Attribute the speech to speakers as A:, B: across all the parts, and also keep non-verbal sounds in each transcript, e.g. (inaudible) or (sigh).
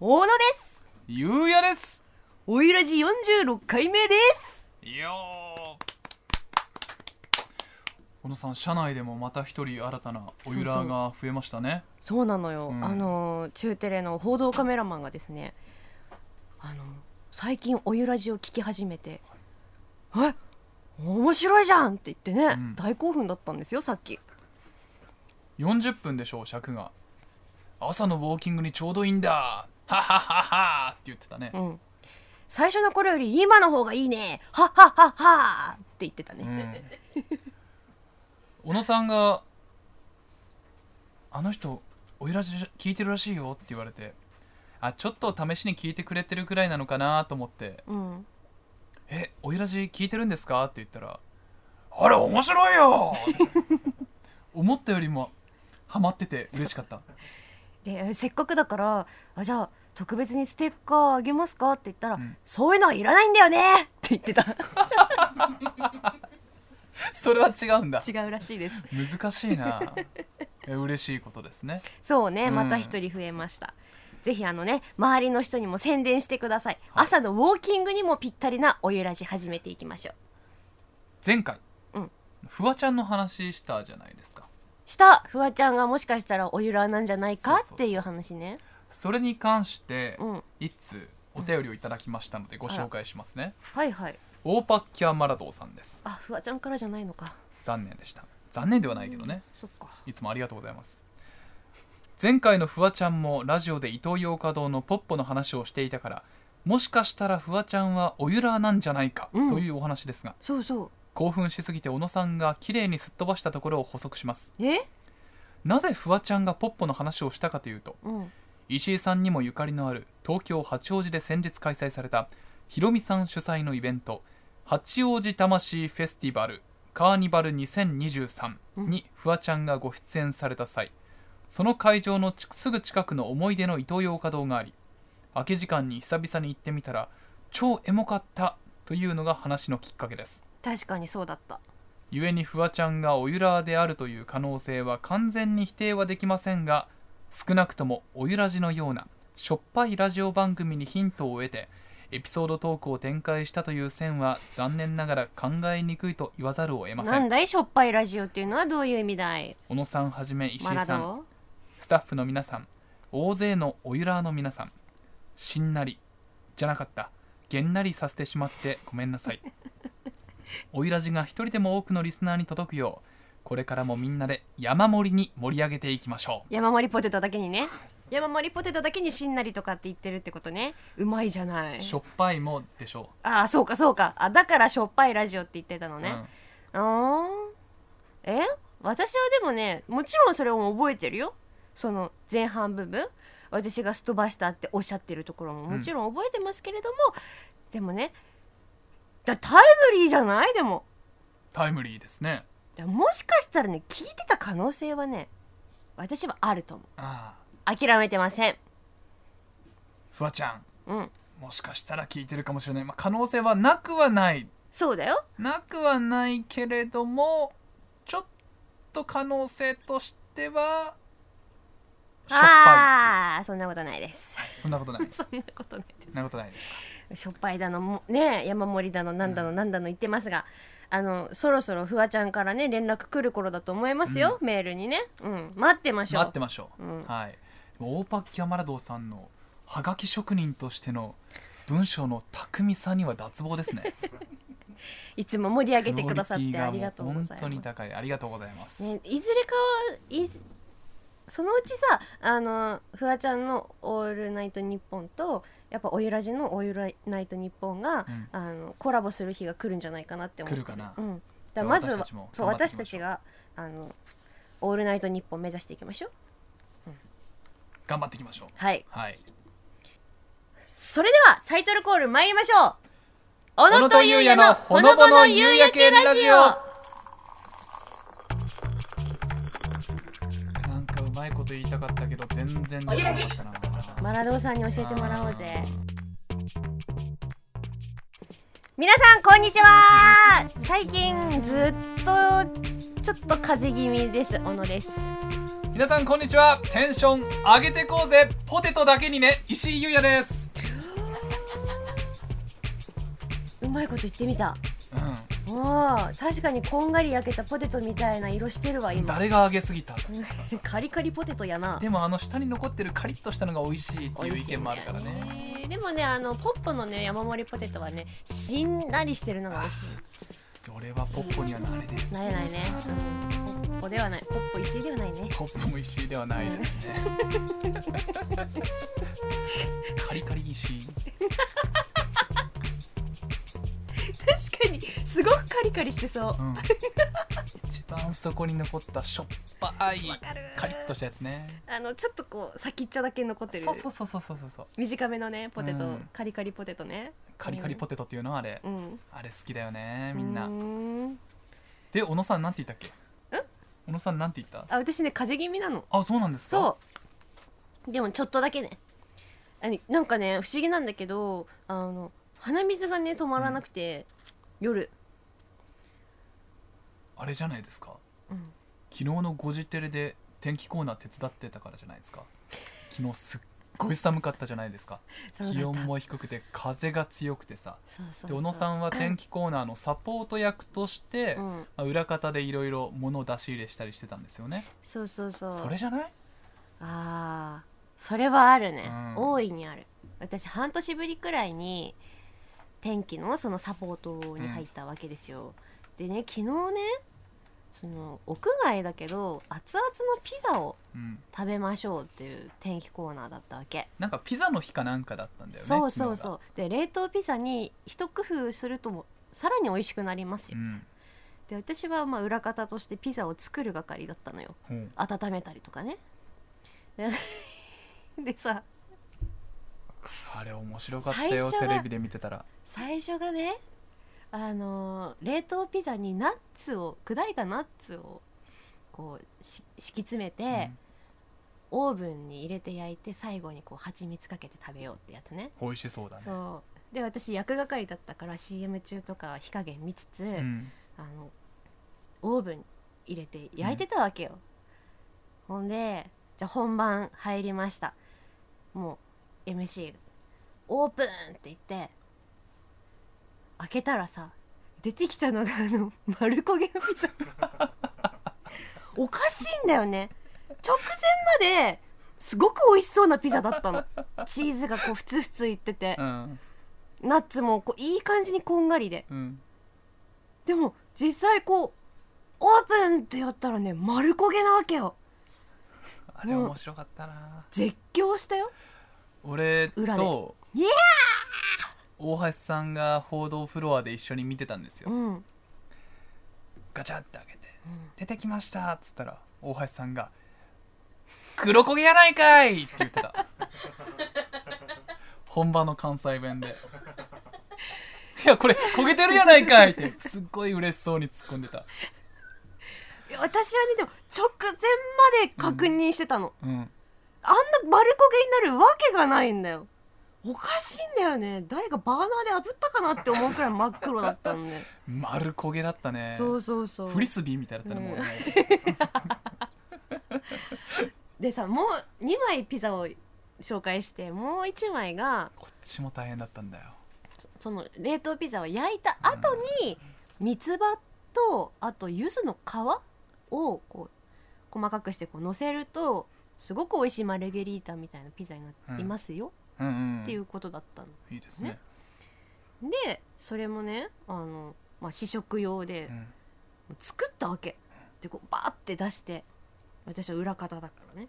A: 大野です
B: ゆうやです
A: おいらじ46回目です
B: よー小野さん社内でもまた一人新たなおゆらーが増えましたね
A: そうなのよ、
B: うん
A: あの中テレの報道カメラマンがですねあの最近おゆらじを聞き始めて、え面白いじゃんって言ってね、
B: うん
A: 大興奮だったんですよさっき
B: 40分でしょう尺が朝のウォーキングにちょうどいいんだははははって言ってたね、
A: うん最初の頃より今の方がいいねはっはっはっはって言ってたね、
B: うん小野さんが「あの人おいらじ聞いてるらしいよ」って言われてあちょっと試しに聞いてくれてるくらいなのかなと思って
A: うん、
B: 「えおいらじ聞いてるんですか?」って言ったら「あれ面白いよ!」思ったよりもハマってて嬉しかった
A: でえーせっかくだからあじゃあ特別にステッカーあげますかって言ったら、
B: ん
A: そういうのはいらないんだよねって言ってた
B: (laughs) それは違うんだ
A: (laughs) 違うらしいです
B: 難しいなえ嬉しいことですね
A: そうね
B: うん
A: また一人増えました、ぜひあのね周りの人にも宣伝してください、
B: はい
A: 朝のウォーキングにもぴったりなおゆらじ始めていきましょう
B: 前回、
A: うん
B: フワちゃんの話したじゃないですか
A: したフワちゃんがもしかしたらおゆらなんじゃないか
B: そうそうそ
A: っ
B: う
A: ていう話ね
B: それに関して、
A: うん
B: 一通お便りをいただきましたのでご紹介しますね、
A: はいはい
B: オーパッキャーマラドーさんです
A: あフワちゃんからじゃないのか
B: 残念でした残念ではないけどね
A: そっか
B: いつもありがとうございます前回のフワちゃんもラジオで伊東洋華堂のポッポの話をしていたからもしかしたらフワちゃんはおゆらーなんじゃないかと
A: うん
B: いうお話ですが、
A: そうそ
B: 興奮しすぎて小野さんが綺麗にすっ飛ばしたところを補足します
A: うえ
B: なぜフワちゃんがポッポの話をしたかというと
A: うん
B: 石井さんにもゆかりのある東京八王子で先日開催されたひろみさん主催のイベント八王子魂フェスティバルカーニバル2023にフワちゃんがご出演された際その会場のちすぐ近くの思い出のイトーヨーカ堂があり空き時間に久々に行ってみたら超エモかったというのが話のきっかけです
A: 確かにそうだった
B: 故にフワちゃんがおゆらーであるという可能性は完全に否定はできませんが少なくともおゆらじのようなしょっぱいラジオ番組にヒントを得てエピソードトークを展開したという線は残念ながら考えにくいと言わざるを得ませ
A: なん
B: ん
A: だいしょっぱいラジオっていうのはどういう意味だい
B: 小野さんはじめ石井
A: マラ
B: さん
A: ド
B: スタッフの皆さん大勢のおゆらーの皆さんしんなりじゃなかったげんなりさせてしまってごめんなさいおゆらじが一人でも多くのリスナーに届くようこれからもみんなで山盛りに盛り上げていきましょう
A: 山盛りポテトだけにね山盛りポテトだけにしんなりとかって言ってるってことねうまいじゃない
B: しょっぱいもでしょ
A: ああそうかそうかあだからしょっぱいラジオって言ってたの
B: う、
A: ね、あーえ私はでもねもちろんそれも覚えてるよその前半部分私がすっ飛ばしたっておっしゃってるところももちろん覚えてますけれども、でもねだタイムリーじゃないでも
B: タイムリーですね
A: だもしかしたらね聞いてた可能性はね私はあると思う
B: ああ
A: 諦めてません
B: フワちゃん
A: うん
B: もしかしたら聞いてるかもしれない、まあ、可能性はなくはない
A: そうだよ
B: なくはないけれどもちょっと可能性としてはしょっぱ
A: ああーそんなことないです (laughs)
B: いそんなことない
A: そんなことないです
B: そんなことな
A: (laughs)
B: いですか
A: しょっぱいだのもね山盛りだのなんだのなんだの言ってますが、あのそろそろフワちゃんからね連絡来る頃だと思いますよ、メールにね、うん、待ってましょう
B: 待ってましょう、
A: うん
B: はいオーパッキャマラドーさんのはがき職人としての文章の巧みさには脱帽で
A: (laughs)
B: すね
A: いつも盛り上
B: クオ
A: げてくださって
B: リティ
A: あ
B: が
A: り
B: も
A: が
B: う
A: とうご
B: 本
A: ざい
B: 当に
A: ま
B: 高いありがとうございます、
A: す、ね、いずれかはいずそのうちさあのフワちゃんの「オールナイトニッポン」とやっぱ「おゆらじ」の「オールナイトニッポンが」
B: うん
A: あのコラボする日が来るんじゃないかなって思っ
B: 来
A: て
B: るかな、
A: うん、だからまず
B: じ
A: は
B: ゃあ私たちも
A: そう
B: 頑張って
A: 私た
B: いきまし
A: ち
B: ょう
A: があのオールナイトニッポン目指していきましょう
B: 頑張っていきましょう
A: はい
B: はい
A: それではタイトルコール参りましょう小
B: 野とゆうやのほのぼの夕焼けラジなんかうまいこと言いたかったけど全然出なかったな
A: マラドーさんに教えてもらおうぜ皆さんこんにちは最近ずっとちょっと風邪気味です小野です
B: 皆皆さんこんにちはテンション上げてこうぜポテトだけにね石井優也です、
A: うまいこと言ってみた
B: う
A: おー確かにこんがり焼けたポテトみたいな色してるわ
B: ん、
A: 今
B: 誰が上げすぎた
A: カリカリポテトやな
B: でもあの下に残ってるカリッとしたのが美味しいっていう意見もあるからね
A: ねでもねあのポッポのね山盛りポテトはねしんなりしてるのが美味し
B: 俺はポッポにはなれね
A: いなれないね、うん、ポッポではないポッポ石井ではないね
B: ポッポも石井ではないですねカリカリ石井
A: 確かにすごくカリカリしてそう
B: うん一番そこに残ったしょっぱい
A: かる
B: カリッとしたやつね
A: あのちょっとこう先っちょだけ残ってる
B: そうそうそうそうそうそうそう
A: 短めのねポテト、
B: うん
A: カリカリポテトね
B: カリカリポテトっていうのあれ、
A: うん
B: あれ好きだよねみんな
A: うーん
B: で小野さんなんて言ったっけ小野さんなんて言った
A: あ私ね風邪気味なの
B: あそうなんですか
A: そうでもちょっとだけねあのなんかね不思議なんだけどあの鼻水がね止まらなくて、夜
B: あれじゃないですか、
A: うん
B: 昨日の「ゴジテレ」で天気コーナー手伝ってたからじゃないですか昨日すっごい寒かったじゃないですか
A: 寒かっ
B: 気
A: た
B: 温も低くて風が強くてさ
A: そうそう
B: で小野さ
A: ん
B: んは天気コーナーのサポート役として、
A: う
B: ま
A: ん、
B: あ裏方でいろいろ物を出し入れしたりしてたんですよね
A: そうそうそう
B: それじゃない
A: あーそれはあるね、
B: うん
A: 大いにある私半年ぶりくらいに天気のそのサポートに入ったわけですよ、でね昨日ねその屋外だけど熱々のピザを
B: うん
A: 食べましょうっていう天気コーナーだったわけ
B: なんかピザの日かなんかだったんだよね
A: そうそう
B: 昨
A: そうで冷凍ピザに一工夫するともさらに美味しくなります
B: 日
A: よ、
B: が
A: で私はまあ裏方としてピザを作る係だったのよ
B: うん、ほう
A: 温めたりとかね (laughs) ででさ
B: あれ面白かったよ
A: 最初
B: テ
A: は
B: レビで見てたら
A: 最初がねあのー冷凍ピザにナッツを砕いたナッツをこうし敷き詰めて、オーブンに入れて焼いて最後にこう蜂蜜かけて食べようってやつね
B: うん、美味しそうだね
A: そうで私役係だったから CM 中とかは火加減見つつ、
B: うん
A: あのオーブン入れて焼いてたわけよ、ほんでじゃあ本番入りましたもう MC オープンって言って開けたらさ出てきたのがあの丸焦げのピザおかしいんだよね直前まですごく美味しそうなピザだったのチーズがこうふつふついってて
B: うん
A: ナッツもこういい感じにこんがりで
B: うん
A: でも実際こうオープンってやったらね丸焦げなわけよ
B: あれ面白かったな、
A: 絶叫したよ
B: 俺
A: 裏で
B: と
A: イエー
B: 大橋さんが報道フロアで一緒に見てたんですよ、
A: うん
B: ガチャって開けて「出てきました」っつったら大橋さんが「黒焦げやないかい!」って言って
A: (laughs)
B: た本場の関西弁で「いやこれ焦げてるやないかい!」ってすっごい嬉しそうに突っ込んでた
A: いや私はねでも直前まで確認してたの、
B: うん
A: あんな丸焦げになるわけがないんだよおかしいんだよね誰かバーナーで炙ったかなって思うくらい真っ黒だったんで、
B: (laughs) 丸焦げだったね
A: そうそうそう
B: フリスビーみたいだったねもうね、
A: でさもう2枚ピザを紹介してもう1枚が
B: こっちも大変だったんだよ
A: その冷凍ピザを焼いた後に三つ葉とあと柚子の皮をこう細かくしてこう乗せるとすごく美味しいマルゲリータみたいなピザになっていますよ
B: うんうん
A: っていうことだったの、
B: いいですね
A: ねでそれもねあの、まあ、試食用で
B: うん
A: 作ったわけでこうバーって出して私は裏方だからね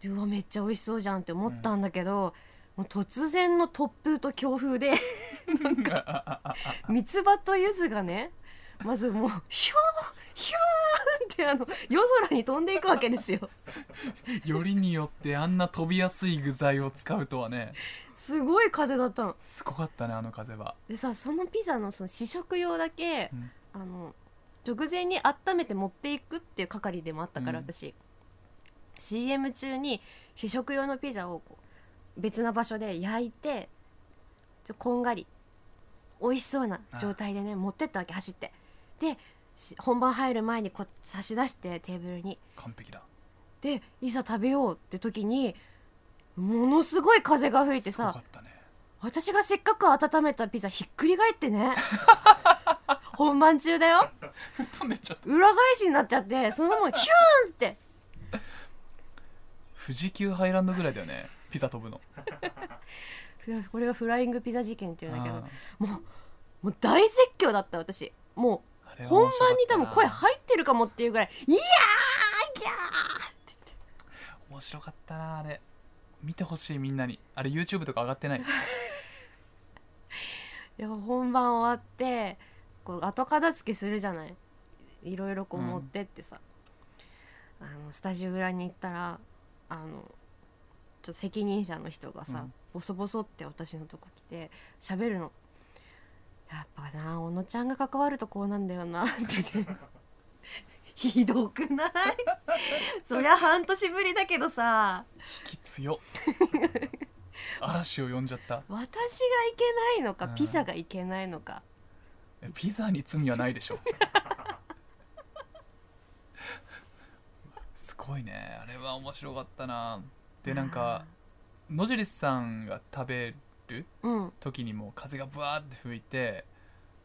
A: でうわめっちゃ美味しそうじゃんって思ったんだけど、もう突然の突風と強風で三つ葉と柚子がねまずもうヒューンヒューンってあの夜空に飛んでいくわけですよ
B: よりによってあんな飛びやすい具材を使うとはね
A: すごい風だったの
B: すごかったねあの風は
A: でさそのピザのその試食用だけ、
B: うん
A: あの直前に温めて持っていくっていう係でもあったから、
B: うん
A: 私 CM 中に試食用のピザをこう別の場所で焼いてちょこんがり美味しそうな状態でね持ってったわけ走ってでし本番入る前にこう差し出してテーブルに
B: 完璧だ
A: でいざ食べようって時にものすごい風が吹いて
B: すご
A: さ
B: かったね
A: 私がせっかく温めたピザひっくり返って
B: (laughs)
A: ね本番中だよ
B: 布団寝ちゃった
A: 裏返しになっちゃってそのままヒューンって
B: 富士急ハイランドぐらいだよねピザ飛ぶの
A: いやこれがフライングピザ事件っていうんだけど
B: うん
A: もうもう大絶叫だった私も
B: あ
A: う
B: れは
A: 本
B: 面白か
A: 番
B: っ
A: に
B: た
A: 多
B: な
A: 分声入ってるかもっていうぐらい「いやーギャー!」って言って
B: 面白かったなあれ見てほしいみんなにあれ YouTube とか上がってない
A: で本番終わってこう後片付けするじゃないいろいろこう
B: うん
A: 持ってってさ、あのスタジオ裏に行ったらあのちょっと責任者の人がさ、
B: うん
A: ボソボソって私のとこ来て喋るのやっぱな小野ちゃんが関わるとこうなんだよなって言ってひどくないそりゃ半年ぶりだけどさ
B: 引き
A: (laughs)
B: 強っ嵐を呼んじゃった
A: 私がいけないのか
B: うん
A: ピザがいけないのか
B: えピザに罪はないでしょすごいねあれは面白かったなでなんか野尻さんが食べる
A: うん
B: 時にも風がブワーって吹いて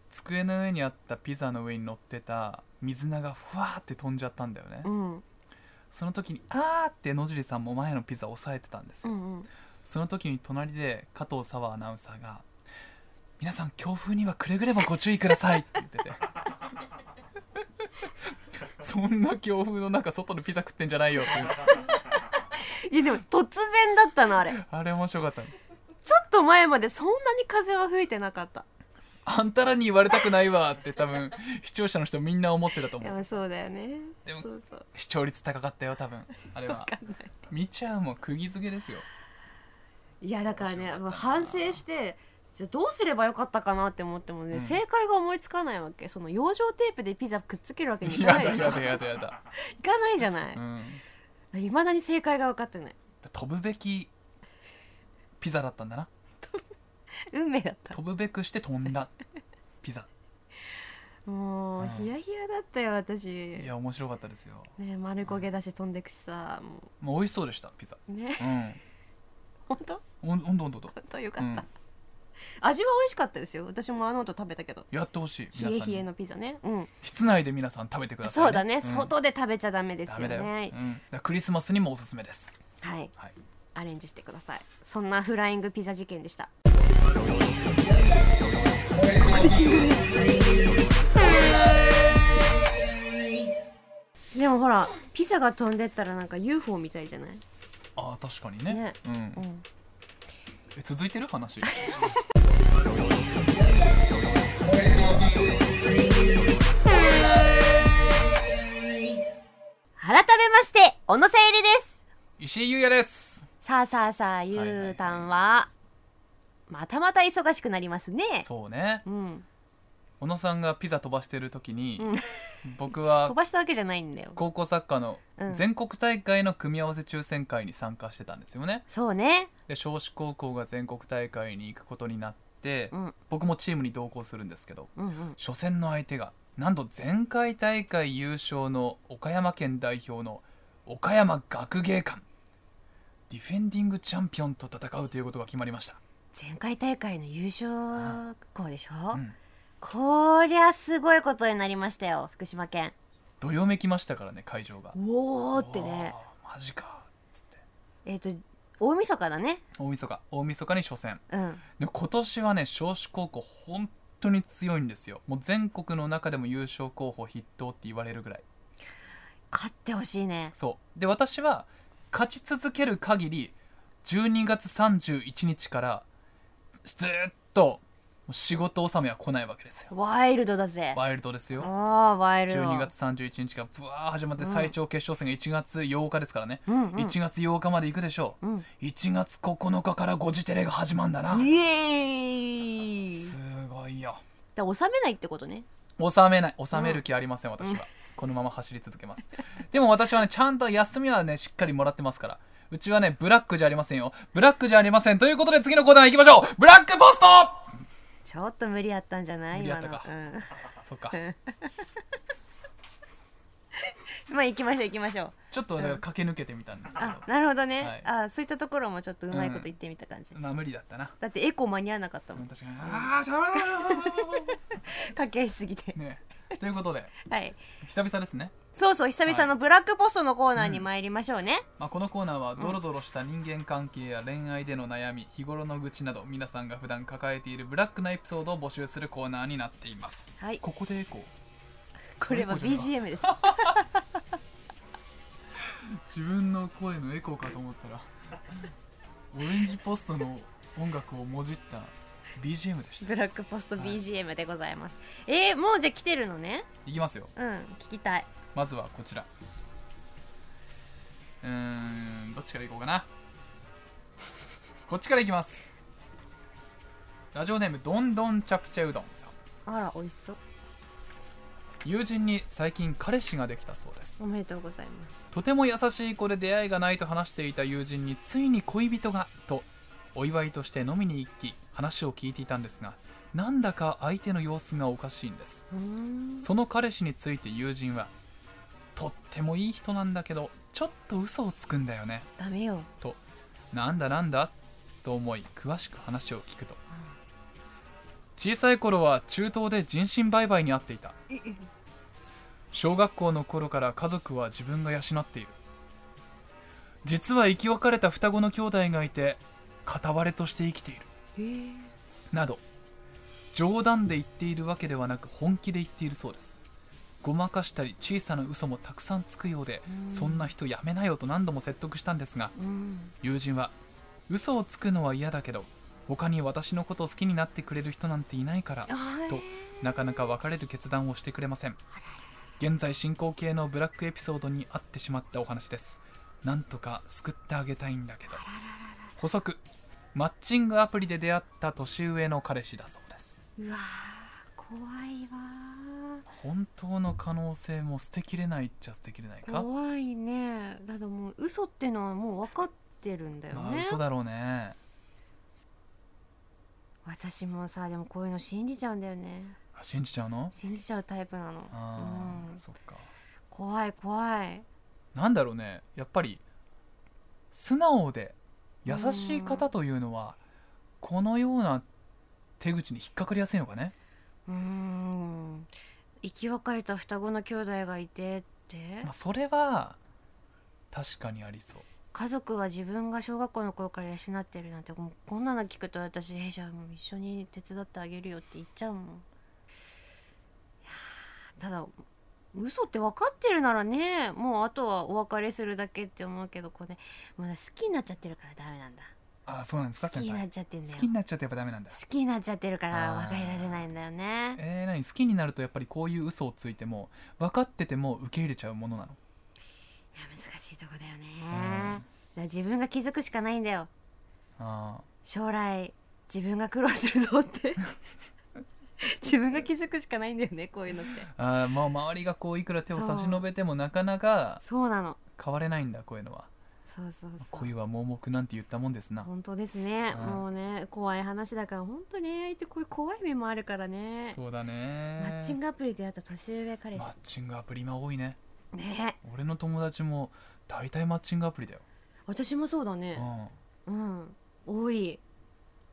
B: 机の上にあったピザの上に乗ってた水菜がふわーって飛んじゃったんだよね、
A: うん
B: その時に「あー」って野尻さんも前のピザを押さえてたんです
A: う
B: よ、
A: んうん
B: その時に隣で加藤沢アナウンサーが「皆さん強風にはくれぐれもご注意ください」って言っててそんな強風の中外でピザ食ってんじゃないよってい
A: (laughs)
B: う
A: いやでも突然だったのあれちょ
B: あれ面白かった
A: っと前までそんなに風は吹いてなかった
B: あんたらに言われたくないわって多分視聴者の人みんな思ってたと
A: い
B: 思う
A: やそうだよね
B: でも
A: そうそう
B: 視聴率高かったよ多分あれ
A: わ
B: は
A: かんない
B: 見ちゃうもん釘付けですよ
A: いやだから
B: 面白かっ
A: ね
B: たな
A: もう反省してじゃあどうすればよかったかなって思ってもね、
B: うん
A: 正解が思いつかないわけその養生テープでピザくっつけるわけにいか
B: や
A: ない
B: だ
A: でしょ
B: や
A: い
B: だやだやだ、
A: かないじゃない
B: うん、
A: いま、未だに正解が分かってない
B: 飛ぶべきピザだったんだな
A: 運命だった
B: 飛ぶべくして飛んだピザ
A: もう、
B: うん
A: ヒヤヒヤだったよ私
B: い
A: ね
B: や面白かったですよ
A: 丸焦げだし飛んでくしさも
B: もう美味しそうでしたピザ
A: (laughs) うね
B: うん
A: 本当
B: ほんほんとほんとほんと
A: 本当よか
B: う
A: った、
B: ん
A: 味は美味しかったですよ私もあの後食べたけど
B: やってほしい皆
A: 冷え
B: さん
A: 冷え
B: に
A: のピザねうん
B: 室内で皆さん食べてください、
A: そうだね、
B: ん
A: 外で食べちゃダメですよ
B: ダメだよ、
A: ね
B: うん、だからクリスマスにもおすすめです
A: はい、
B: はい
A: アレンジしてくださいそんなフライングピザ事件でしたでもほらピザが飛んでったらなんか UFO みたいじゃない、
B: あー確かにね
A: ね
B: うん、
A: うん、
B: え続いて
A: (laughs)
B: る話
A: 改めまして小野さゆりです
B: 石井優也です
A: さあさあさあゆ
B: はいはいう
A: たんは,、またまた忙しくなりますね
B: そうね
A: うん
B: 小野さんがピザ飛ばしてる時に、
A: うん
B: 僕
A: (laughs) 飛
B: は
A: ばしたわけじゃないんだよ
B: 高校サッカーの
A: うん
B: 全国大会の組み合わせ抽選会に参加してたんですよね、
A: そうね
B: で少子高校が全国大会に行くことになって、
A: うん
B: 僕もチームに同行するんですけど
A: うんうん
B: 初戦の相手がなんと前回大会優勝の岡山県代表の岡山学芸館ディフェンディングチャンピオンと戦うということが決まりました、
A: 前回大会の優勝校でしょ、
B: うん、
A: こりゃすごいことになりましたよ福島県
B: どよめきましたからね会場が
A: おおってね
B: おーマジかっつって
A: えっ、と大晦日だね
B: 大晦日大晦日に初戦
A: うん
B: でも今年はね少子高校本当に強いんですよもう全国の中でも優勝候補筆頭って言われるぐらい
A: 勝ってほしいね
B: そうで私は勝ち続ける限り12月31日からずーっと仕事納めは来ないわけですよ
A: ワイルドだぜ
B: ワイルドです
A: あ
B: よ
A: あワイルド
B: 12月31日からブワー始まって
A: うん
B: 最長決勝戦が1月8日ですからね、
A: うんうん
B: 1月8日まで行くでしょう、
A: うん
B: 1月9日からゴジテレが始まるんだな、
A: イエーイ
B: すごいよ
A: だから収めないってことね
B: 収めない収める気ありません、私はこのまま走り続けますでも私はねちゃんと休みはねしっかりもらってますからうちはねブラックじゃありませんよブラックじゃありませんということで次のコーナー行きましょうブラックポスト
A: ちょっと無理やったんじゃない
B: 無理や
A: 今
B: った
A: のう
B: か
A: ん
B: そっか
A: まあ行きましょう行きましょう
B: ちょっとだから駆け抜けてみたんですけど、
A: あなるほどね、
B: はい
A: あそういったところもちょっとうまいこと言ってみた感じ、
B: まあ無理だったな
A: だってエコー間に合わなかったもん
B: 確かにああ寒
A: 掛け合いすぎて
B: いねということで
A: はい
B: 久々ですね、
A: そうそう久々のブラックポストのコーナーに参りましょうね、
B: まあ、このコーナーはドロドロした人間関係や恋愛での悩み日頃の愚痴など皆さんが普段抱えているブラックなエピソードを募集するコーナーになっています、
A: はい
B: ここでエコー
A: これは BGM
B: (laughs)
A: です
B: 自分の声のエコーかと思ったらオレンジポストの音楽をもじった BGM でした
A: ブラックポスト BGM でございます、えー、もうじゃあ来てるのね
B: いきますよ
A: うん聞きたい
B: まずはこちらうーんどっちからいこうかなこっちからいきますラジオネームどんどんチャプチェうどんさん
A: あら美味しそう
B: 友人に最近彼氏ができたそうです
A: おめでとうございます
B: とても優しい子で出会いがないと話していた友人についに恋人がとお祝いとして飲みに行き話を聞いていたんですがなんだか相手の様子がおかしいんです
A: うーん
B: その彼氏について友人はとってもいい人なんだけどちょっと嘘をつくんだよね
A: ダメよ
B: となんだなんだと思い詳しく話を聞くと小さい頃は中東で人身売買に遭っていた小学校の頃から家族は自分が養っている実は生き別れた双子の兄弟がいて片割れとして生きている
A: へえ
B: など冗談で言っているわけではなく本気で言っているそうですごまかしたり小さな嘘もたくさんつくようで
A: うん
B: そんな人やめなよと何度も説得したんですが
A: うん
B: 友人は嘘をつくのは嫌だけど他に私のことを好きになってくれる人なんていないから
A: あー
B: となかなか別れる決断をしてくれません現在進行形のブラックエピソードに遭ってしまったお話ですなんとか救ってあげたいんだけど補足マッチングアプリで出会った年上の彼氏だそうです
A: うわー怖いわ
B: 本当の可能性も捨てきれないっちゃ捨てきれない
A: ー
B: か、
A: 怖いねだってもう嘘ってのはもう分かってるんだよ
B: まあ
A: ね、
B: 嘘だろうね
A: 私もさでもこういうの信じちゃうんだよね
B: あ信じちゃうの
A: 信じちゃうタイプなの、
B: ああ、
A: うん
B: そっか
A: 怖い怖い
B: なんだろうねやっぱり素直で優しい方というのはこのような手口に引っかかりやすいのかね
A: うーん生き別れた双子の兄弟がいてって
B: まあ、それは確かにありそう
A: 家族は自分が小学校の頃から養ってるなんてもうこんなの聞くと私弊社もう一緒に手伝ってあげるよって言っちゃうもんいやーただ嘘って分かってるならねもうあとはお別れするだけって思うけどこれ、ね、もうね好きになっちゃってるからダメなんだ
B: ああそうなんですか
A: 好き
B: 先
A: になっ
B: 輩
A: ちゃってんだよ
B: 好きになっちゃうとやっぱダメな
A: (laughs)
B: んだ
A: 好きになっちゃってるから
B: あー
A: 別れられないんだよね
B: えー、何好きになるとやっぱりこういう嘘をついても分かってても受け入れちゃうものなの
A: いや難しいとこだよねだから自分が気づくしかないんだよ
B: あ
A: 将来自分が苦労するぞって (laughs) 自分が気づくしかないんだよねこういうのって
B: ーあーまあ周りがこういくら手を差し伸べてもなかなか
A: そうなの
B: 変われないんだこういうのは
A: そうそうそう
B: 恋は盲目なんて言ったもんですな
A: 本当ですね
B: うん
A: もうね怖い話だから本当恋愛ってこういう怖い面もあるからね
B: そうだね
A: マッチングアプリで会った年上彼
B: マ
A: 氏
B: ッチングアプリ今多いね
A: ね
B: 俺の友達も大体マッチングアプリだよ、
A: 私もそうだね
B: うん、
A: うん多い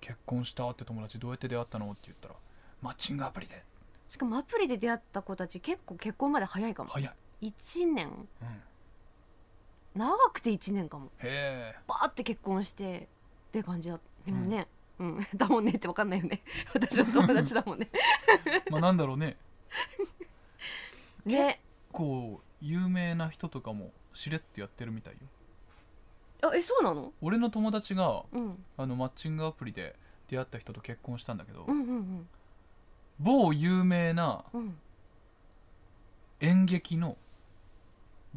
B: 結婚したって友達どうやって出会ったのって言ったらマッチングアプリで
A: しかもアプリで出会った子たち結構結婚まで早いかも
B: 早い、
A: 1年
B: うん、へ
A: 長くて1年かも (laughs)
B: え
A: バーって結婚してって感じだでもね、うん (laughs) だもんねって分かんないよね (laughs) 私の友達だもんね
B: まあなんだろうね
A: ね
B: こう有名な人とかもしれっとやってるみたいよ
A: あえそうなの、
B: 俺の友達が
A: うん、
B: あのマッチングアプリで出会った人と結婚したんだけど、
A: うんうん
B: 某有名な
A: うんうん
B: 演劇の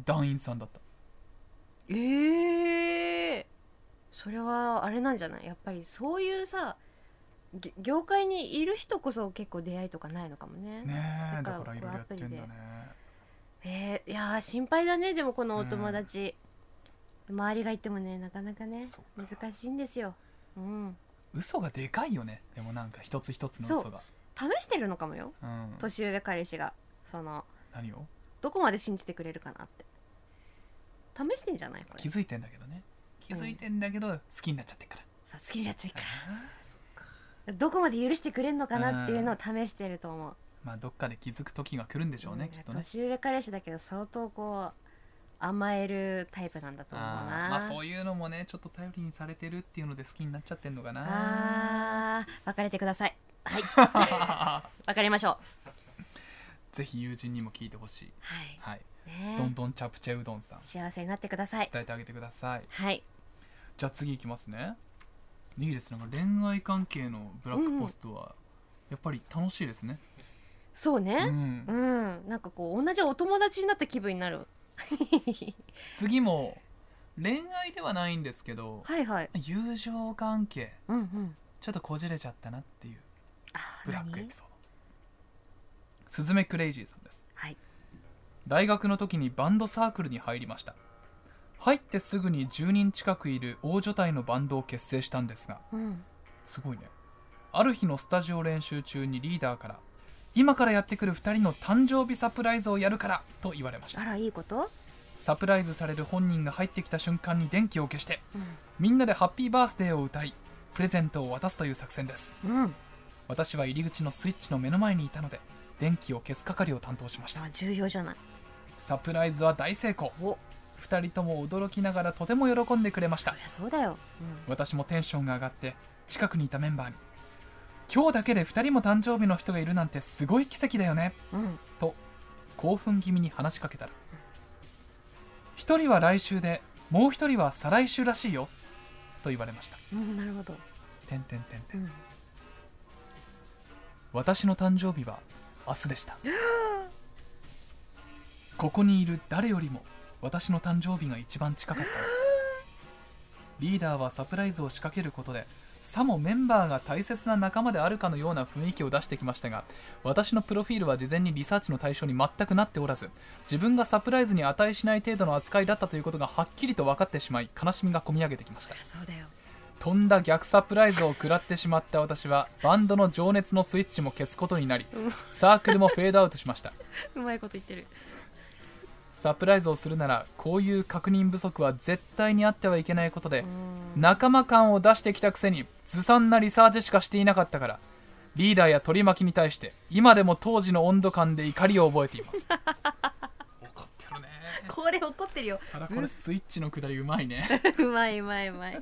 B: 団員さんだった
A: ええそれはあれなんじゃないやっぱりそういうさぎ業界にいる人こそ結構出会いとかないのかもね
B: ねえだ
A: だか
B: か
A: らら
B: いろいろやってんだ
A: こうア
B: ね
A: プえーいやー心配だねでもこのお友達、周りがいてもねなかなかね
B: そっか
A: 難しいんですようん
B: 嘘がでかいよねでもなんか一つ一つの嘘が
A: 試してるのかもよ
B: う、ん、
A: 年上彼氏がその
B: 何を
A: どこまで信じてくれるかなって試してんじゃないこれ
B: 気づいてんだけどね気づいてんだけど好きになっちゃってっから、
A: そう好きじゃついか
B: あーそっから
A: どこまで許してくれんのかなっていうのを試してると思う
B: まあどっかで気づく時が来るんでしょうね、
A: うん
B: きっとね
A: 年上彼氏だけど相当こう甘えるタイプなんだと思う
B: あ
A: な
B: ーまあそういうのもねちょっと頼りにされてるっていうので好きになっちゃってんのかな
A: あー別れてくださいはい別れましょう
B: (laughs) ぜひ友人にも聞いてほしい、
A: はい
B: はい、どん
A: ね
B: どんチャプチェうどんさん
A: え幸せになってください
B: 伝えてあげてください
A: はい
B: じゃあ次いきますねいいですねなんか恋愛関係のブラックポストはやっぱり楽しいですね
A: そう
B: う
A: ね
B: ん
A: うん、なんかこう同じお友達になった気分に
B: (laughs)
A: なる
B: 次も恋愛ではないんですけど
A: はいはい
B: 友情関係
A: うんうん
B: ちょっとこじれちゃったなっていう
A: あー
B: ブラックエ
A: 何
B: ピソードスズメクレイジーさんです
A: はい
B: 大学の時にバンドサークルに入りました入ってすぐに10人近くいる大所帯のバンドを結成したんですが
A: うん
B: すごいねある日のスタジオ練習中にリーダーから「今からやってくる2人の誕生日サプライズをやるから」と言われました
A: あらいいこと
B: サプライズされる本人が入ってきた瞬間に電気を消して
A: う
B: みんなでハッピーバースデーを歌いプレゼントを渡すという作戦です
A: ん、うん、
B: 私は入り口のスイッチの目の前にいたので電気を消す係を担当しました
A: あ重要じゃない
B: サプライズは大成功
A: お
B: 2人とも驚きながらとても喜んでくれまし
A: そ
B: た
A: りゃそうだよ、うん
B: 私もテンションが上がって近くにいたメンバーに「今日だけで2人も誕生日の人がいるなんてすごい奇跡だよね
A: うん、」
B: と興奮気味に話しかけたら「1人は来週でもう1人は再来週らしいよ」と言われました
A: うん、なるほど、
B: てんてんてんて
A: うんん、
B: 私の誕生日は明日でしたここにいる誰よりも私の誕生日が一番近かったのですリーダーはサプライズを仕掛けることでさもメンバーが大切な仲間であるかのような雰囲気を出してきましたが私のプロフィールは事前にリサーチの対象に全くなっておらず自分がサプライズに値しない程度の扱いだったということがはっきりと分かってしまい悲しみがこみ上げてきまし
A: そ
B: た
A: りゃそうだよ
B: とんだ逆サプライズを食らってしまった私はバンドの情熱のスイッチも消すことになり
A: うん
B: サークルもフェードアウトしました
A: うまいこと言ってる
B: サプライズをするならこういう確認不足は絶対にあってはいけないことで
A: うん
B: 仲間感を出してきたくせにずさんなリサーチしかしていなかったからリーダーや取り巻きに対して今でも当時の温度感で怒りを覚えています
A: (laughs)
B: 怒ってるね
A: これ怒ってるよ
B: ただこれスイッチのくだりうまいね
A: (laughs) うまいうまいうまい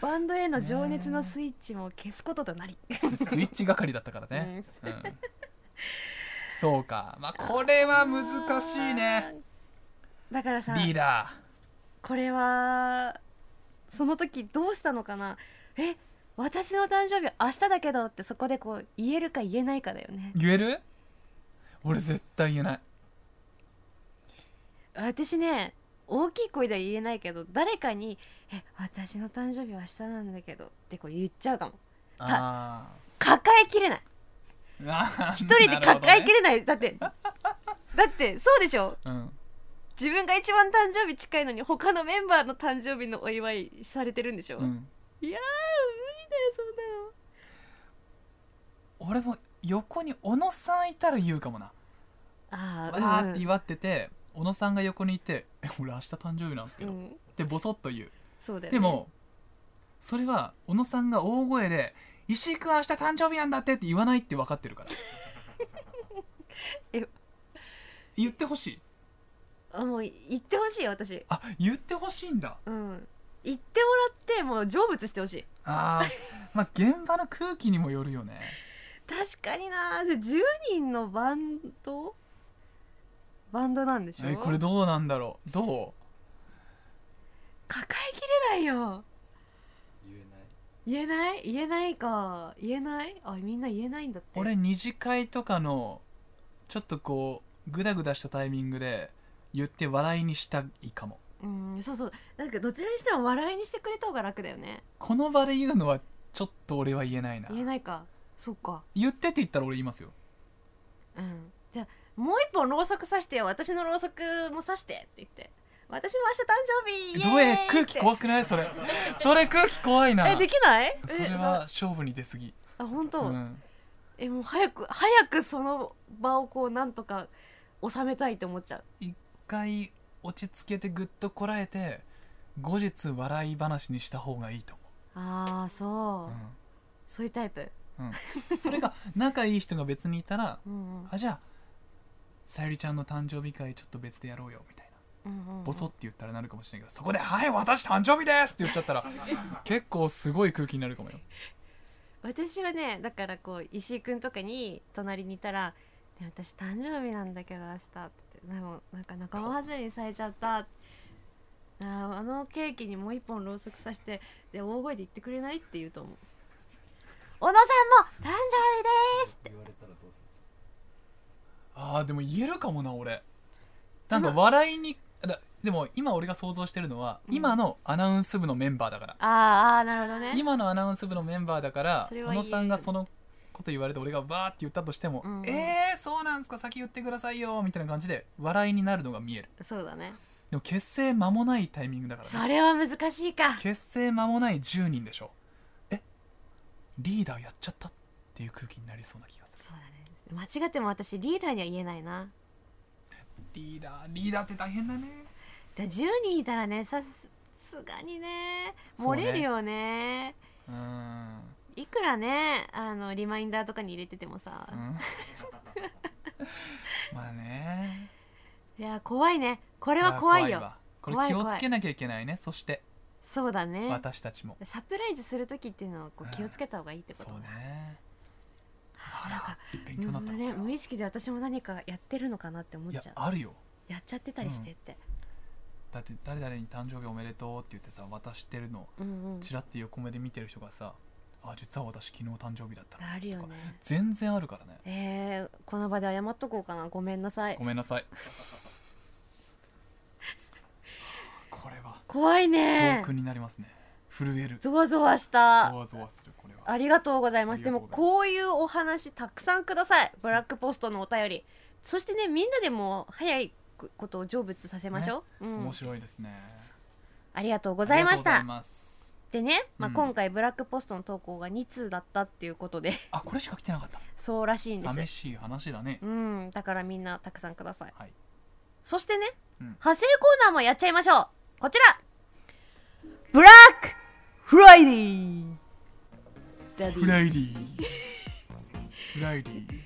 A: バンドへの情熱のスイッチも消すこととなり
B: スイッチ係だったからね。うんそうか、まあ、これは難しいね。
A: だからさ
B: リーダ
A: これはその時どうしたのかなえ私の誕生日明日だけどってそこでこう言えるか言えないかだよね
B: ー、言える。俺絶対言えない。
A: 私ね大きい声では言えないけど誰かに「え私の誕生日は明日なんだけど」ってこう言っちゃうかも
B: あ
A: 抱えきれない
B: ーあ。一
A: 一人で抱えき
B: る
A: れないだってだってそうでしょ
B: ほどね。
A: 自分が一番誕生日近いのに他のメンバーの誕生日のお祝いされてるんでしょ、
B: うん、うん。
A: いやー無理だよそんなの
B: 俺も横に小野さんいたら言うかもな。
A: あ
B: わ
A: ー
B: ーって
A: うん
B: 祝ってて、小野さんが横にいて、え俺明日誕生日なんですけ
A: う
B: ど、っ
A: ん、
B: てボソッと言う。
A: そうだよ、ね、
B: でも、それは小野さんが大声で。石井君明日誕生日なんだってって言わないって分かってるから
A: (laughs) え
B: 言ってほしい
A: あもう言ってほしいよ私
B: あ言ってほしいんだ
A: うん言ってもらってもう成仏してほしい
B: あー
A: (laughs)
B: まあ現場の空気にもよるよね
A: 確かになで10人のバンドバンドなんでしょ
B: えこれどうなんだろうど
A: 抱えきれないよ言えない言えないか言えないあみんな言えないんだって
B: う俺二次会とかのちょっとこうグダグダしたタイミングで言って笑いにしたいかも
A: うんそうそうなんかどちらにしても笑いにしてくれた方が楽だよね
B: この場で言うのはちょっと俺は言えないな
A: 言えないかそっか
B: 言ってって言ったら俺言いますよ
A: うんじゃあもう一本ろうそくさしてよ私のろうそくもさしてって言って私も明日誕生日イエーイ
B: どえ空
A: っ
B: 気
A: て
B: 怖くないそれそれ空気怖いな
A: えできない
B: それは勝負に出すぎ
A: えあ本
B: う
A: 当、
B: ん
A: えもう早く早くその場をこうなんとか収めたいって思っちゃう
B: 一回落ち着けてぐっとこらえて後日笑い話にした方がいいと
A: ああそう、
B: 思う、
A: そういうタイプ、
B: うん、それが仲いい人が別にいたら
A: うんうん
B: あじゃあさゆりちゃんの誕生日会ちょっと別でやろうよみたいな
A: うんうん、
B: ボソって言ったらなるかもしれないけどそこで「はい私誕生日です!」って言っちゃったら結構すごい空気になるかもよ
A: 私はねだからこう石井くんとかに隣にいたら「ね私誕生日なんだけど明日」って言ってでもなんか仲間外れにされちゃったあーあのケーキにもう一本ろうそくさしてで大声で言ってくれないって言うと思う小野さんも誕生日です
C: 言われたらどうするんですか
B: あーでも言えるかもな俺なんか笑いにだでも今俺が想像してるのは、
A: うん
B: 今のアナウンス部のメンバーだから
A: あーあーなるほどね
B: 今のアナウンス部のメンバーだから
A: それは
B: 小
A: 言え
B: 野
A: る
B: さんがそのこと言われて俺がバーって言ったとしても「
A: うん
B: えー、そうなんすか先言ってくださいよ」みたいな感じで笑いになるのが見える
A: そうだね
B: でも結成間もないタイミングだから、ね、
A: それは難しいか
B: 結成間もない10人でしょえリーダーやっちゃったっていう空気になりそうな気がする
A: そうだね間違っても私リーダーには言えないな
B: リーダーリーダーって大変だね
A: だ10人いたらねさすがにね
B: そう
A: 漏
B: ね
A: れるよね
B: うーん
A: いくらねあのリマインダーとかに入れててもさ、
B: うん
A: (laughs)
B: まあね
A: いや怖いねこ
B: こ
A: れは怖いよ
B: これ気を
A: 怖い怖
B: つ
A: い
B: けなきゃいけないねそして
A: そうだね
B: 私たちも
A: サプライズする時っていうのはこ
B: うん
A: う気をつけた方がいいってこ
B: そ
A: とだ
B: うねあ
A: なん
B: ら
A: か
B: 勉強になった
A: うんね、無意識で私も何かやってるのかなって思っ
B: い
A: ちゃ
B: や
A: うや
B: あるよ
A: っちゃってたりしてって、
B: だって誰々に誕生日おめでとうって言ってさ渡してるの
A: うんうん
B: ちらって横目で見てる人がさあ実は私昨日誕生日だったの
A: あるよね
B: 全然あるからね
A: えー、この場で謝っとこうかなごめんなさい
B: ごめんなさい
A: (laughs)
B: これは
A: 怖い
B: 教
A: ね
B: 訓になりますね震えるゾ
A: ゾワゾワした
B: ワゾワするこれは
A: ありがとうございます。
B: あ
A: で
B: り
A: も
B: がとうございます
A: こういうお話たくさんください。ブラックポストのお便り。そしてねみんなでも早いことを成仏させましょう。うん
B: 面。白いですね
A: ありがとうございまし
B: ありがとうござい
A: た。
B: ます
A: でね、まあ
B: うん
A: 今回ブラックポストの投稿が2通だったっていうことで (laughs)
B: あこれしか来てなかった
A: そうらしいんで
B: 寂
A: す。
B: しい話だね
A: うん。だからみんなたくさんください。
B: はい
A: そしてね、
B: うん
A: 派生コーナーもやっちゃいましょう。こちら。ブラックフライデー。ダディ
B: フライディーフライディー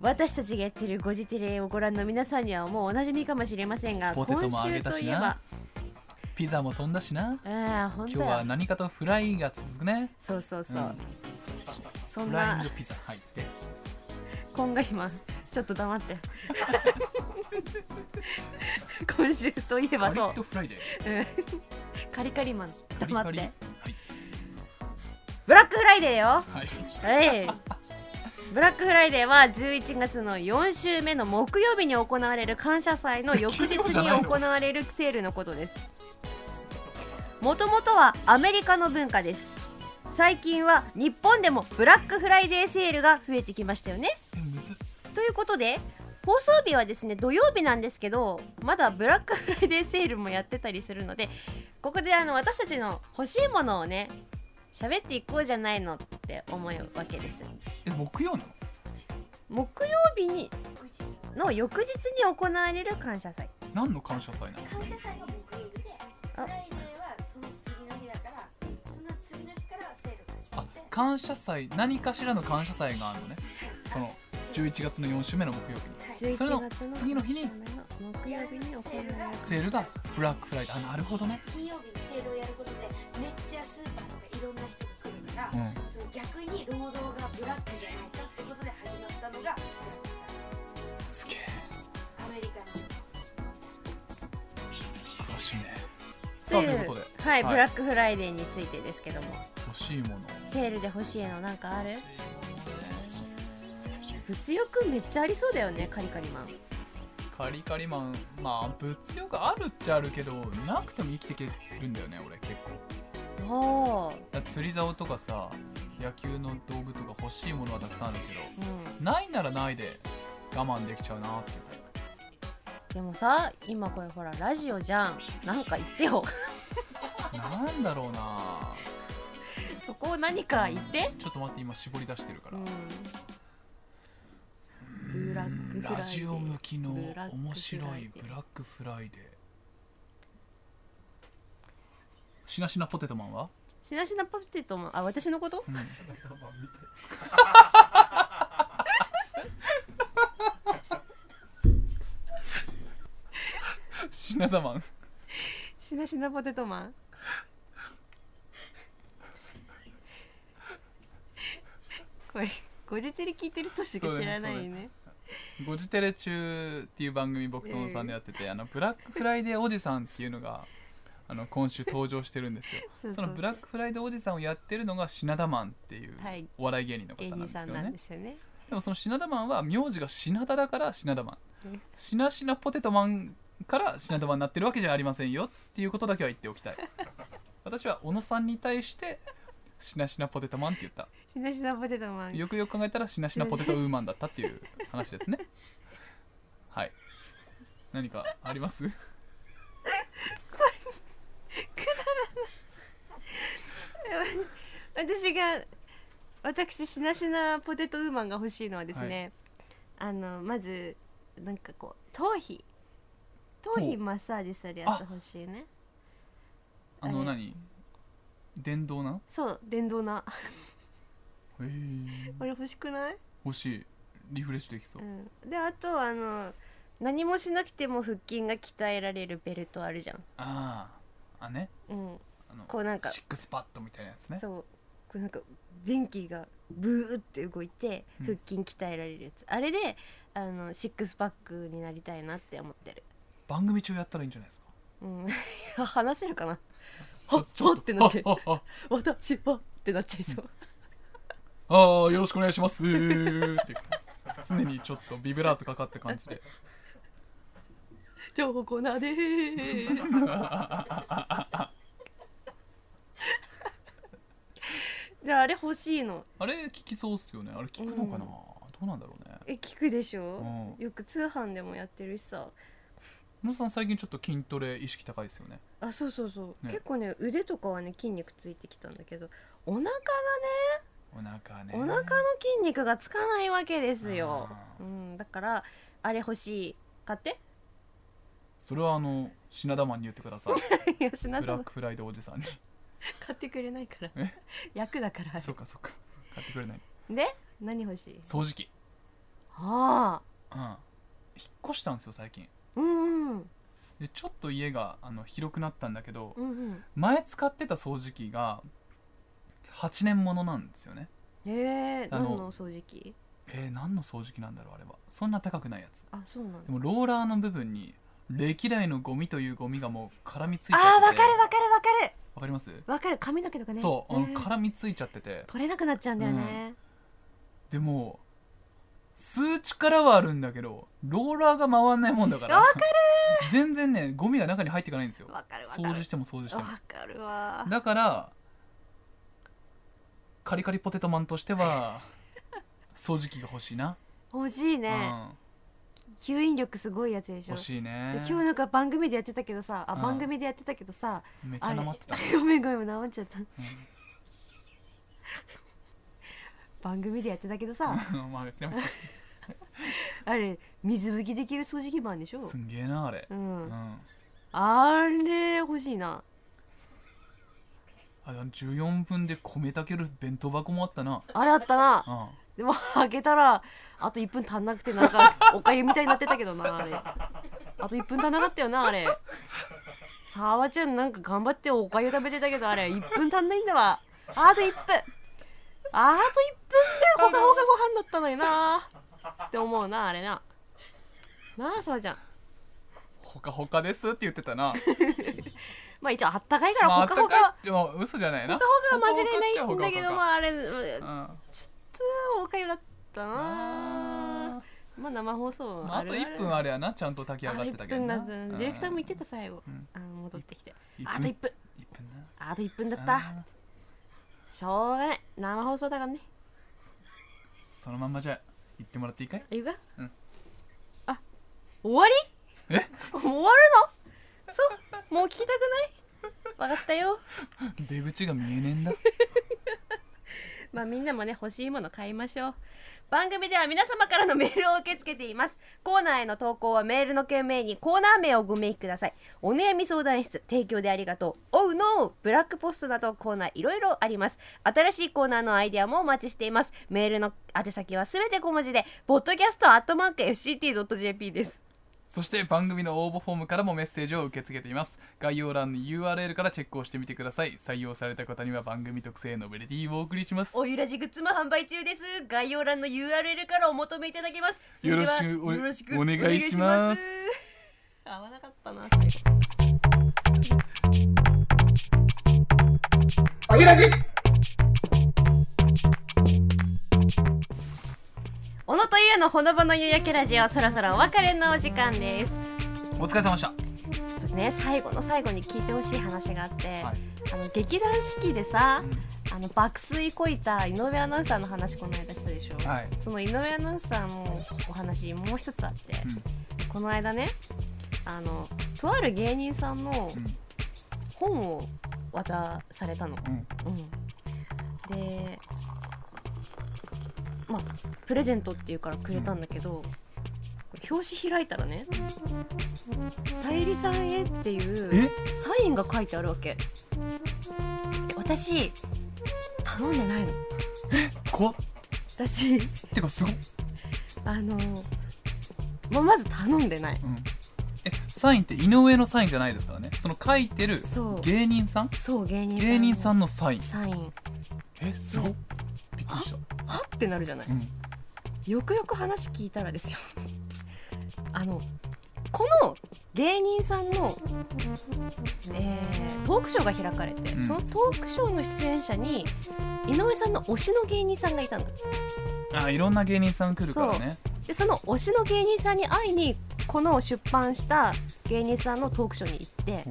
A: 私たちがやってる「ゴジテレ」をご覧の皆さんにはもうおなじみかもしれませんが
B: ポテトも
A: 今
B: 揚げ
A: 週
B: た
A: と
B: し
A: いえば
B: なピザも飛んだしな
A: ああ本当
B: 今日は
A: だ
B: 何かとフライが続くね
A: そうそうそう、
B: うん
A: そん
B: フライン
A: な
B: グピザ入って
A: こんが今ちょっと黙って
B: (laughs)
A: 今週といえ
B: カ
A: ば
B: リ
A: そう
B: ッとフライデー
A: うんカリカリマン
B: カ
A: 黙
B: リカ
A: っ
B: リ
A: て
B: はい
A: ブラックフライデーよ
B: はい
A: はい。ブラックフライデーは11月の4週目の木曜日に行われる感謝祭の翌日
B: 金曜じゃ
A: に
B: ないの
A: 行われるセールのことです。もともとはアメリカの文化です。最近は日本でもブラックフライデーセールが増えてきましたよね。
B: えむず
A: ということで放送日はですね土曜日なんですけどまだブラックフライデーセールもやってたりするのでここであの私たちの欲しいものをね喋っていこうじゃないのって思うわけです
B: え木曜なの
A: 木曜日にの翌日に行われる感謝祭
B: 何の感謝祭なの
D: 感謝祭が木曜日で
A: あ
D: フライデーはその次の日だからその次の日からセールが始ま
B: あ
D: って
B: 感謝祭何かしらの感謝祭があるのねその11月の4週目の木曜日に
A: 11
B: それの
A: 月の
B: 次の日に
A: 木曜日に行われる
B: セールがブラックフライデーあなるほどね
D: 金曜日にセールをやることでめっちゃスーパーとかいろんな人が来るから、
B: うん
D: その逆に労働がブラックじゃないかってことで始まったのが
B: すげえ
D: アメリカの
B: 欲しいね
A: と
B: さあと
A: い
B: いう
A: う
B: ことで
A: はい、
B: はい
A: ブラックフライデーについてですけども
B: 欲しいもの
A: セールで欲しいのなんかある物欲めっちゃありそうだよねカリカリマン
B: カリカリマンまあ物欲あるっちゃあるけどなくても生きていけるんだよね俺結構
A: おお、
B: だから釣り竿とかさ野球の道具とか欲しいものはたくさんあるけど
A: う
B: ないならないで我慢できちゃうなっていうタイ
A: ん、でもさ今これほらラジオじゃんなんか言って
B: (laughs)
A: よ
B: プなん
A: (laughs)
B: だろうな
A: そこを何か言って、
B: ちょっと待って今絞り出してるから、
A: ブラックフライデー
B: ラジオ向きの面白いブ
A: ブラッ
B: ラックフライデーしなしなポテトマンは
A: しなしなポテトもあ私のこと
B: しなだマン
A: しなしなポテトマンこれごじてり聞いてるとしか知らないね
B: 「ゴジテレ中」っていう番組僕とのさんでやってて、あのブラックフライデーおじさんっていうのがあの今週登場してるんですよ
A: そう
B: そ
A: そう
B: のブラックフライデーおじさんをやってるのが品田マンっていう
A: はい
B: お笑い芸人の方
A: 芸
B: なん
A: 人
B: です
A: さ
B: け
A: ん
B: ど
A: なん
B: ね
A: ですよね
B: でもその品田マンは名字が品田だから品田マ
A: うん
B: ンしなしなポテトマンから品田マンになってるわけじゃありませんよっていうことだけは言っておき
A: (laughs)
B: たい私は小野さんに対してしなしなポテトマンって言った
A: しなしなポテトマン
B: よくよく考えたらしなしなポテトウーマンだったっていう話ですねはい何かあります
A: 私が私しなしなポテトウーマンが欲しいのはですね、あのまずなんかこう頭皮頭
B: ほ
A: 皮
B: う
A: マッサージするやつ欲しいね
B: あ
A: あ
B: の
A: れ
B: 何電動な
A: そう電動な (laughs)
B: へえ
A: これ欲しくない、
B: 欲しいリフレッシュできそうう、
A: ん、であとあの何もしなくても腹筋が鍛えられるベルトあるじゃん、
B: あああね
A: うん、
B: あの
A: こうなんか
B: シックスパッドみたいなやつね
A: そうこうなんか電気がブーって動いて
B: うん
A: 腹筋鍛えられるやつ、あれであのシックスパックになりたいなって思ってる、
B: 番組中やったらいいんじゃないですか
A: うん (laughs) いや、話せるかな
B: ち
A: は
B: ょ
A: っ
B: ちょ
A: はってなっちゃう
B: はは
A: 私はってなっちゃいそう
B: は (laughs) ああよろしくお願いしますって常にちょっとビブラートかかった感じで
A: 情報コーナーでーす (laughs) であれ欲しいの
B: あれ聞きそうっすよねあれ聞くのかな、
A: うん
B: どうなんだろうね
A: え聞くでし
B: う
A: ょ
B: ん
A: よく通販でもやってるしさ
B: 野さん最近ちょっと筋トレ意識高いですよね
A: あそうそうそう、
B: ね
A: 結構ね腕とかはね筋肉ついてきたんだけどお腹がね
B: お腹ね
A: お腹の筋肉がつかないわけですよ
B: あ、ー
A: うん、だからあれ欲しい買って (laughs)
B: それはあの品田マンに言ってくださ
A: い
B: い
A: やしな
B: ブラックフライデーおじさんに
A: 買ってくれないから
B: え
A: (laughs) 役だから
B: そうかそうか買ってくれない
A: で何欲しい
B: 掃除機
A: ああ
B: うん引っ越したんですよ最近
A: うんうん
B: でちょっと家があの広くなったんだけど
A: うんうん
B: 前使ってた掃除機が8年ものなんですよね
A: えー、
B: あ
A: 何
B: の
A: の掃除機
B: えー、何の掃除機なんだろうあれはそんな高くないやつ
A: あそうなん
B: で
A: だ
B: もローラーの部分に歴代のゴミというゴミがもう絡みついちゃ
A: あ
B: って
A: ー
B: て
A: わかるわかるわかる
B: わかります、
A: わかる髪の毛とかね
B: そうあの
A: ん
B: 絡みついちゃってて
A: 取れなくなっちゃうんだよね、
B: でも数値からはあるんだけどローラーが回んないもんだから
A: わか
B: 全然ねゴミが中に入っていかないんですよ
A: わかるわかる
B: 掃除しても掃除して
A: わ
B: も
A: かるわ
B: だからカリカリポテトマンとして
A: (laughs)
B: は掃除機が欲しいな、
A: 欲しいね、吸引力すごいやつで
B: うん、
A: しょ
B: 欲しいね
A: で今日なんか番組でやってたけどさあ
B: うん
A: 番組でやってたけどさ
B: めっち
A: あ
B: ゃ
A: れ
B: なまってた
A: (laughs) ごめんごめんなまっちゃった番組でやってたけどさ
B: まあでも
A: あれ水拭きできる掃除機版でしょ
B: すんげえなあれ
A: う
B: うん
A: ん
B: あ
A: あれ欲しいな
B: でも14分で米炊ける弁当箱もあったな
A: あれあったな
B: う
A: で
B: ん
A: も開けたらあと1分足んなくてなんかおかゆみたいになってたけどなあれあと1分足んなかったよなあれさわちゃんなんか頑張っておかゆ食べてたけどあれ1分足んないんだわあと1分あと1分でほかほかご飯だったのになって思うなあれななあさわちゃん
B: ほかほかですって言って
A: (laughs)
B: たな
A: まあ一応あったかいから
B: まあ
A: ほ
B: あっ
A: か
B: たかい
A: ほかは
B: ってもう嘘じゃないなほか
A: ほかは間違いないんだけど
B: ま
A: まああれ
B: あ
A: おかゆだったなまあ生放送
B: まあ、あと1分あれやなちゃんと炊き上がってたけどな
A: あれ一分だったディレクターも言ってた最後、
B: うん
A: あの戻ってきて
B: うん
A: あと1分
B: 一分な
A: あと1分だった
B: あー
A: しょうがない生放送だからね
B: そのまんまじゃあ行ってもらっていい (laughs) かい
A: いいか、
B: うん
A: あ終わり
B: え
A: もう (laughs) 終わるのそうもう聞きたくないわかったよ
B: 出口が見えねえんだ
A: まあみんなもね欲しいもの買いましょう番組では皆様からのメールを受け付けていますコーナーへの投稿はメールの件名にコーナー名をご明記くださいお悩み相談室提供でありがとう Oh no ブラックポストなどコーナーいろいろあります新しいコーナーのアイデアもお待ちしていますメールの宛先はすべて小文字で podcast.fct.jp です
B: そして番組の応募フォームからもメッセージを受け付けています概要欄の URL からチェックをしてみてください採用された方には番組特製ノベルティをお送りします
A: おゆらじグッズも販売中です概要欄の URL からお求めいただけますそれでは
B: よろしくお
A: よろしく
B: お願いし
A: お願い
B: ます
A: します合わなかったな最後
B: あげラジ
A: 小野とゆうのほのぼの夕焼けラジオそろそろお別れのお時間です
B: お疲れ様でした、
A: ちょっとね最後の最後に聞いてほしい話があって、
B: はい
A: あの劇団四季でさ
B: うん
A: あの爆睡こいた井上アナウンサーの話この間したでしょ、
B: はい
A: その井上アナウンサーのお話もう一つあって、この間ねあのとある芸人さんの
B: うん
A: 本を渡されたの、
B: うん
A: うん、でまあプレゼントっていうからくれたんだけど、表紙開いたらね「さゆりさんへ」っていうサインが書いてあるわけで私頼んでないの
B: 怖っ
A: 私
B: てかすごっ、
A: あのままず頼んでない
B: うん、えサインって井上のサインじゃないですからねその書いてる
A: そう
B: 芸人さん
A: そう芸人さんの
B: 芸人さんのサイン
A: サイン
B: えすごっびっくりし
A: はってなるじゃない
B: た、うん、
A: よくよく話聞いたらですよ (laughs) あのこの芸人さんの、えートークショーが開かれて、
B: うん
A: そのトークショーの出演者に井上さんの推しの芸人さんがいたんだ
B: あいろんな芸人さん来るからね
A: でその推しの芸人さんに会いにこの出版した芸人さんのトークショーに行って、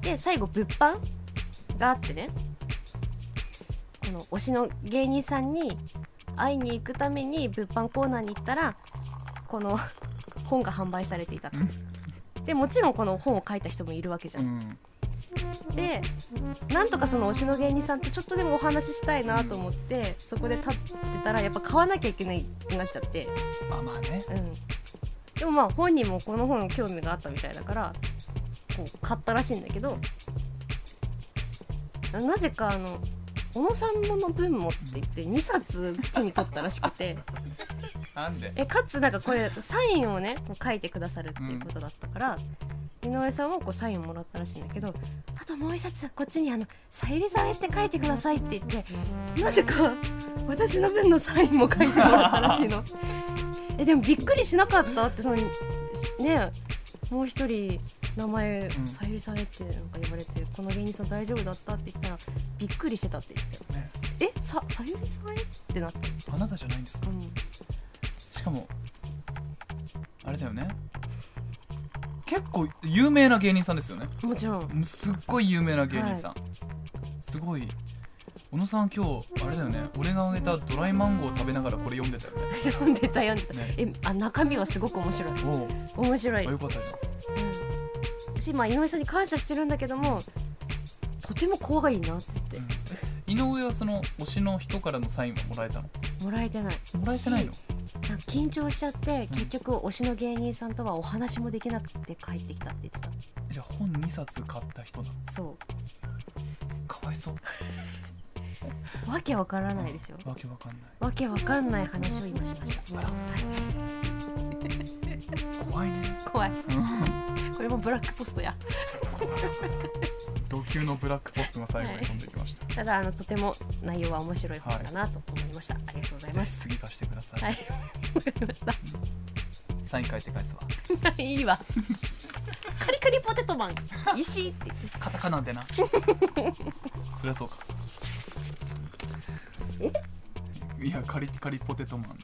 A: で最後物販があってねこの推しの芸人さんに会いに行くために物販コーナーに行ったらこの (laughs) 本が販売されていたと
B: うん。
A: でもちろんこの本を書いた人もいるわけじゃ。
B: うんん
A: でなんとかその推しの芸人さんとちょっとでもお話ししたいなと思ってそこで立ってたらやっぱ買わなきゃいけないってなっちゃって。
B: あまあね
A: うん、でもまあ本人もこの本興味があったみたいだからこう買ったらしいんだけどなぜかあの小野さんもの分もって言って2冊手に取ったらしくて
B: なんで
A: えかつなんかこれサインをねこう書いてくださるっていうことだったから、井上さんはこうサインをもらったらしいんだけどあともう一冊こっちにあの「さゆりさんへ」って書いてくださいって言ってなぜか私の分のサインも書いてもらったらしい
B: (laughs)
A: の。えでもびっくりしなかったってそのしねもう一人名前
B: うん
A: さゆりさんへってなんか言われて、この芸人さん大丈夫だったって言ったらびっくりしてたって言ってたよ
B: ね
A: えささゆりさんへってなった、
B: あなたじゃないんですか
A: うん、
B: しかもあれだよね結構有名な芸人さんですよね
A: もちろん
B: うんすっごい有名な芸人さん、すごい小野さん今日あれだよね俺があげたドライマンゴーを食べながらこれ読んでたよね
A: 読んでた読んでた、
B: ね
A: えあ中身はすごく面白い
B: おう
A: 面白い、
B: あ
A: う
B: よかったじ
A: ん、しまあ井上さんに感謝してるんだけどもとても怖いなって
B: ゃん、うん井上はその推しの人からのサインはもらえたの
A: もらえてない
B: もらえてないの
A: しなんか緊張しちゃって
B: うん
A: 結局推しの芸人さんとはお話もできなくて帰ってきたって言ってた
B: じゃあ本2冊買った人だ
A: そう
B: かわいそう
A: わけわからないですよ。
B: わけわかんない
A: わけわかんない話を今しました。
B: あら怖いね
A: (laughs)
B: (laughs)
A: 怖い。これもブラックポストや。
B: 同級のブラックポストが最後に飛んできました、
A: ただあのとても内容は面白い本だなと思いました。ありがとうござい
B: ぜ
A: ま
B: ひ
A: す。
B: 次貸してください、
A: はい、わかりました。
B: サイン書いて返すわ
A: (laughs) いいわ。カリカリポテトマン、石井って言って。
B: カタカナで (laughs) なそりゃそうかいやカリカリポテトマン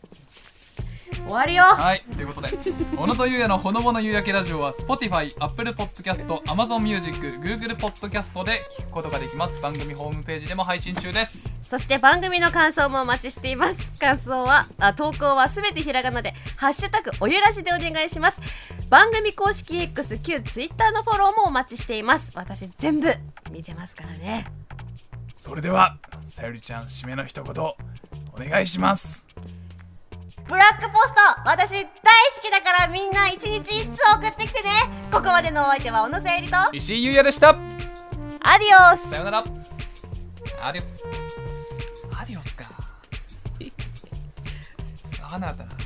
A: 終わるよ。
B: はいということで小野とゆうやのほのぼの夕焼けラジオは Spotify、Apple Podcast、Amazon Music、Google Podcast で聞くことができます番組ホームページでも配信中です
A: そして番組の感想もお待ちしています。感想は、あ投稿はすべてひらがなで、ハッシュタグおゆらじでお願いします。番組公式 X、旧 Twitter のフォローもお待ちしています。私全部見てますからね。
B: それではさゆりちゃん締めの一言お願いします
A: ブラックポスト私大好きだからみんな一日一通送ってきてねここまでのお相手は小野さゆりとア
B: 石井優也でした
A: ディオス
B: さよならアディオスアディオスか合わなかったな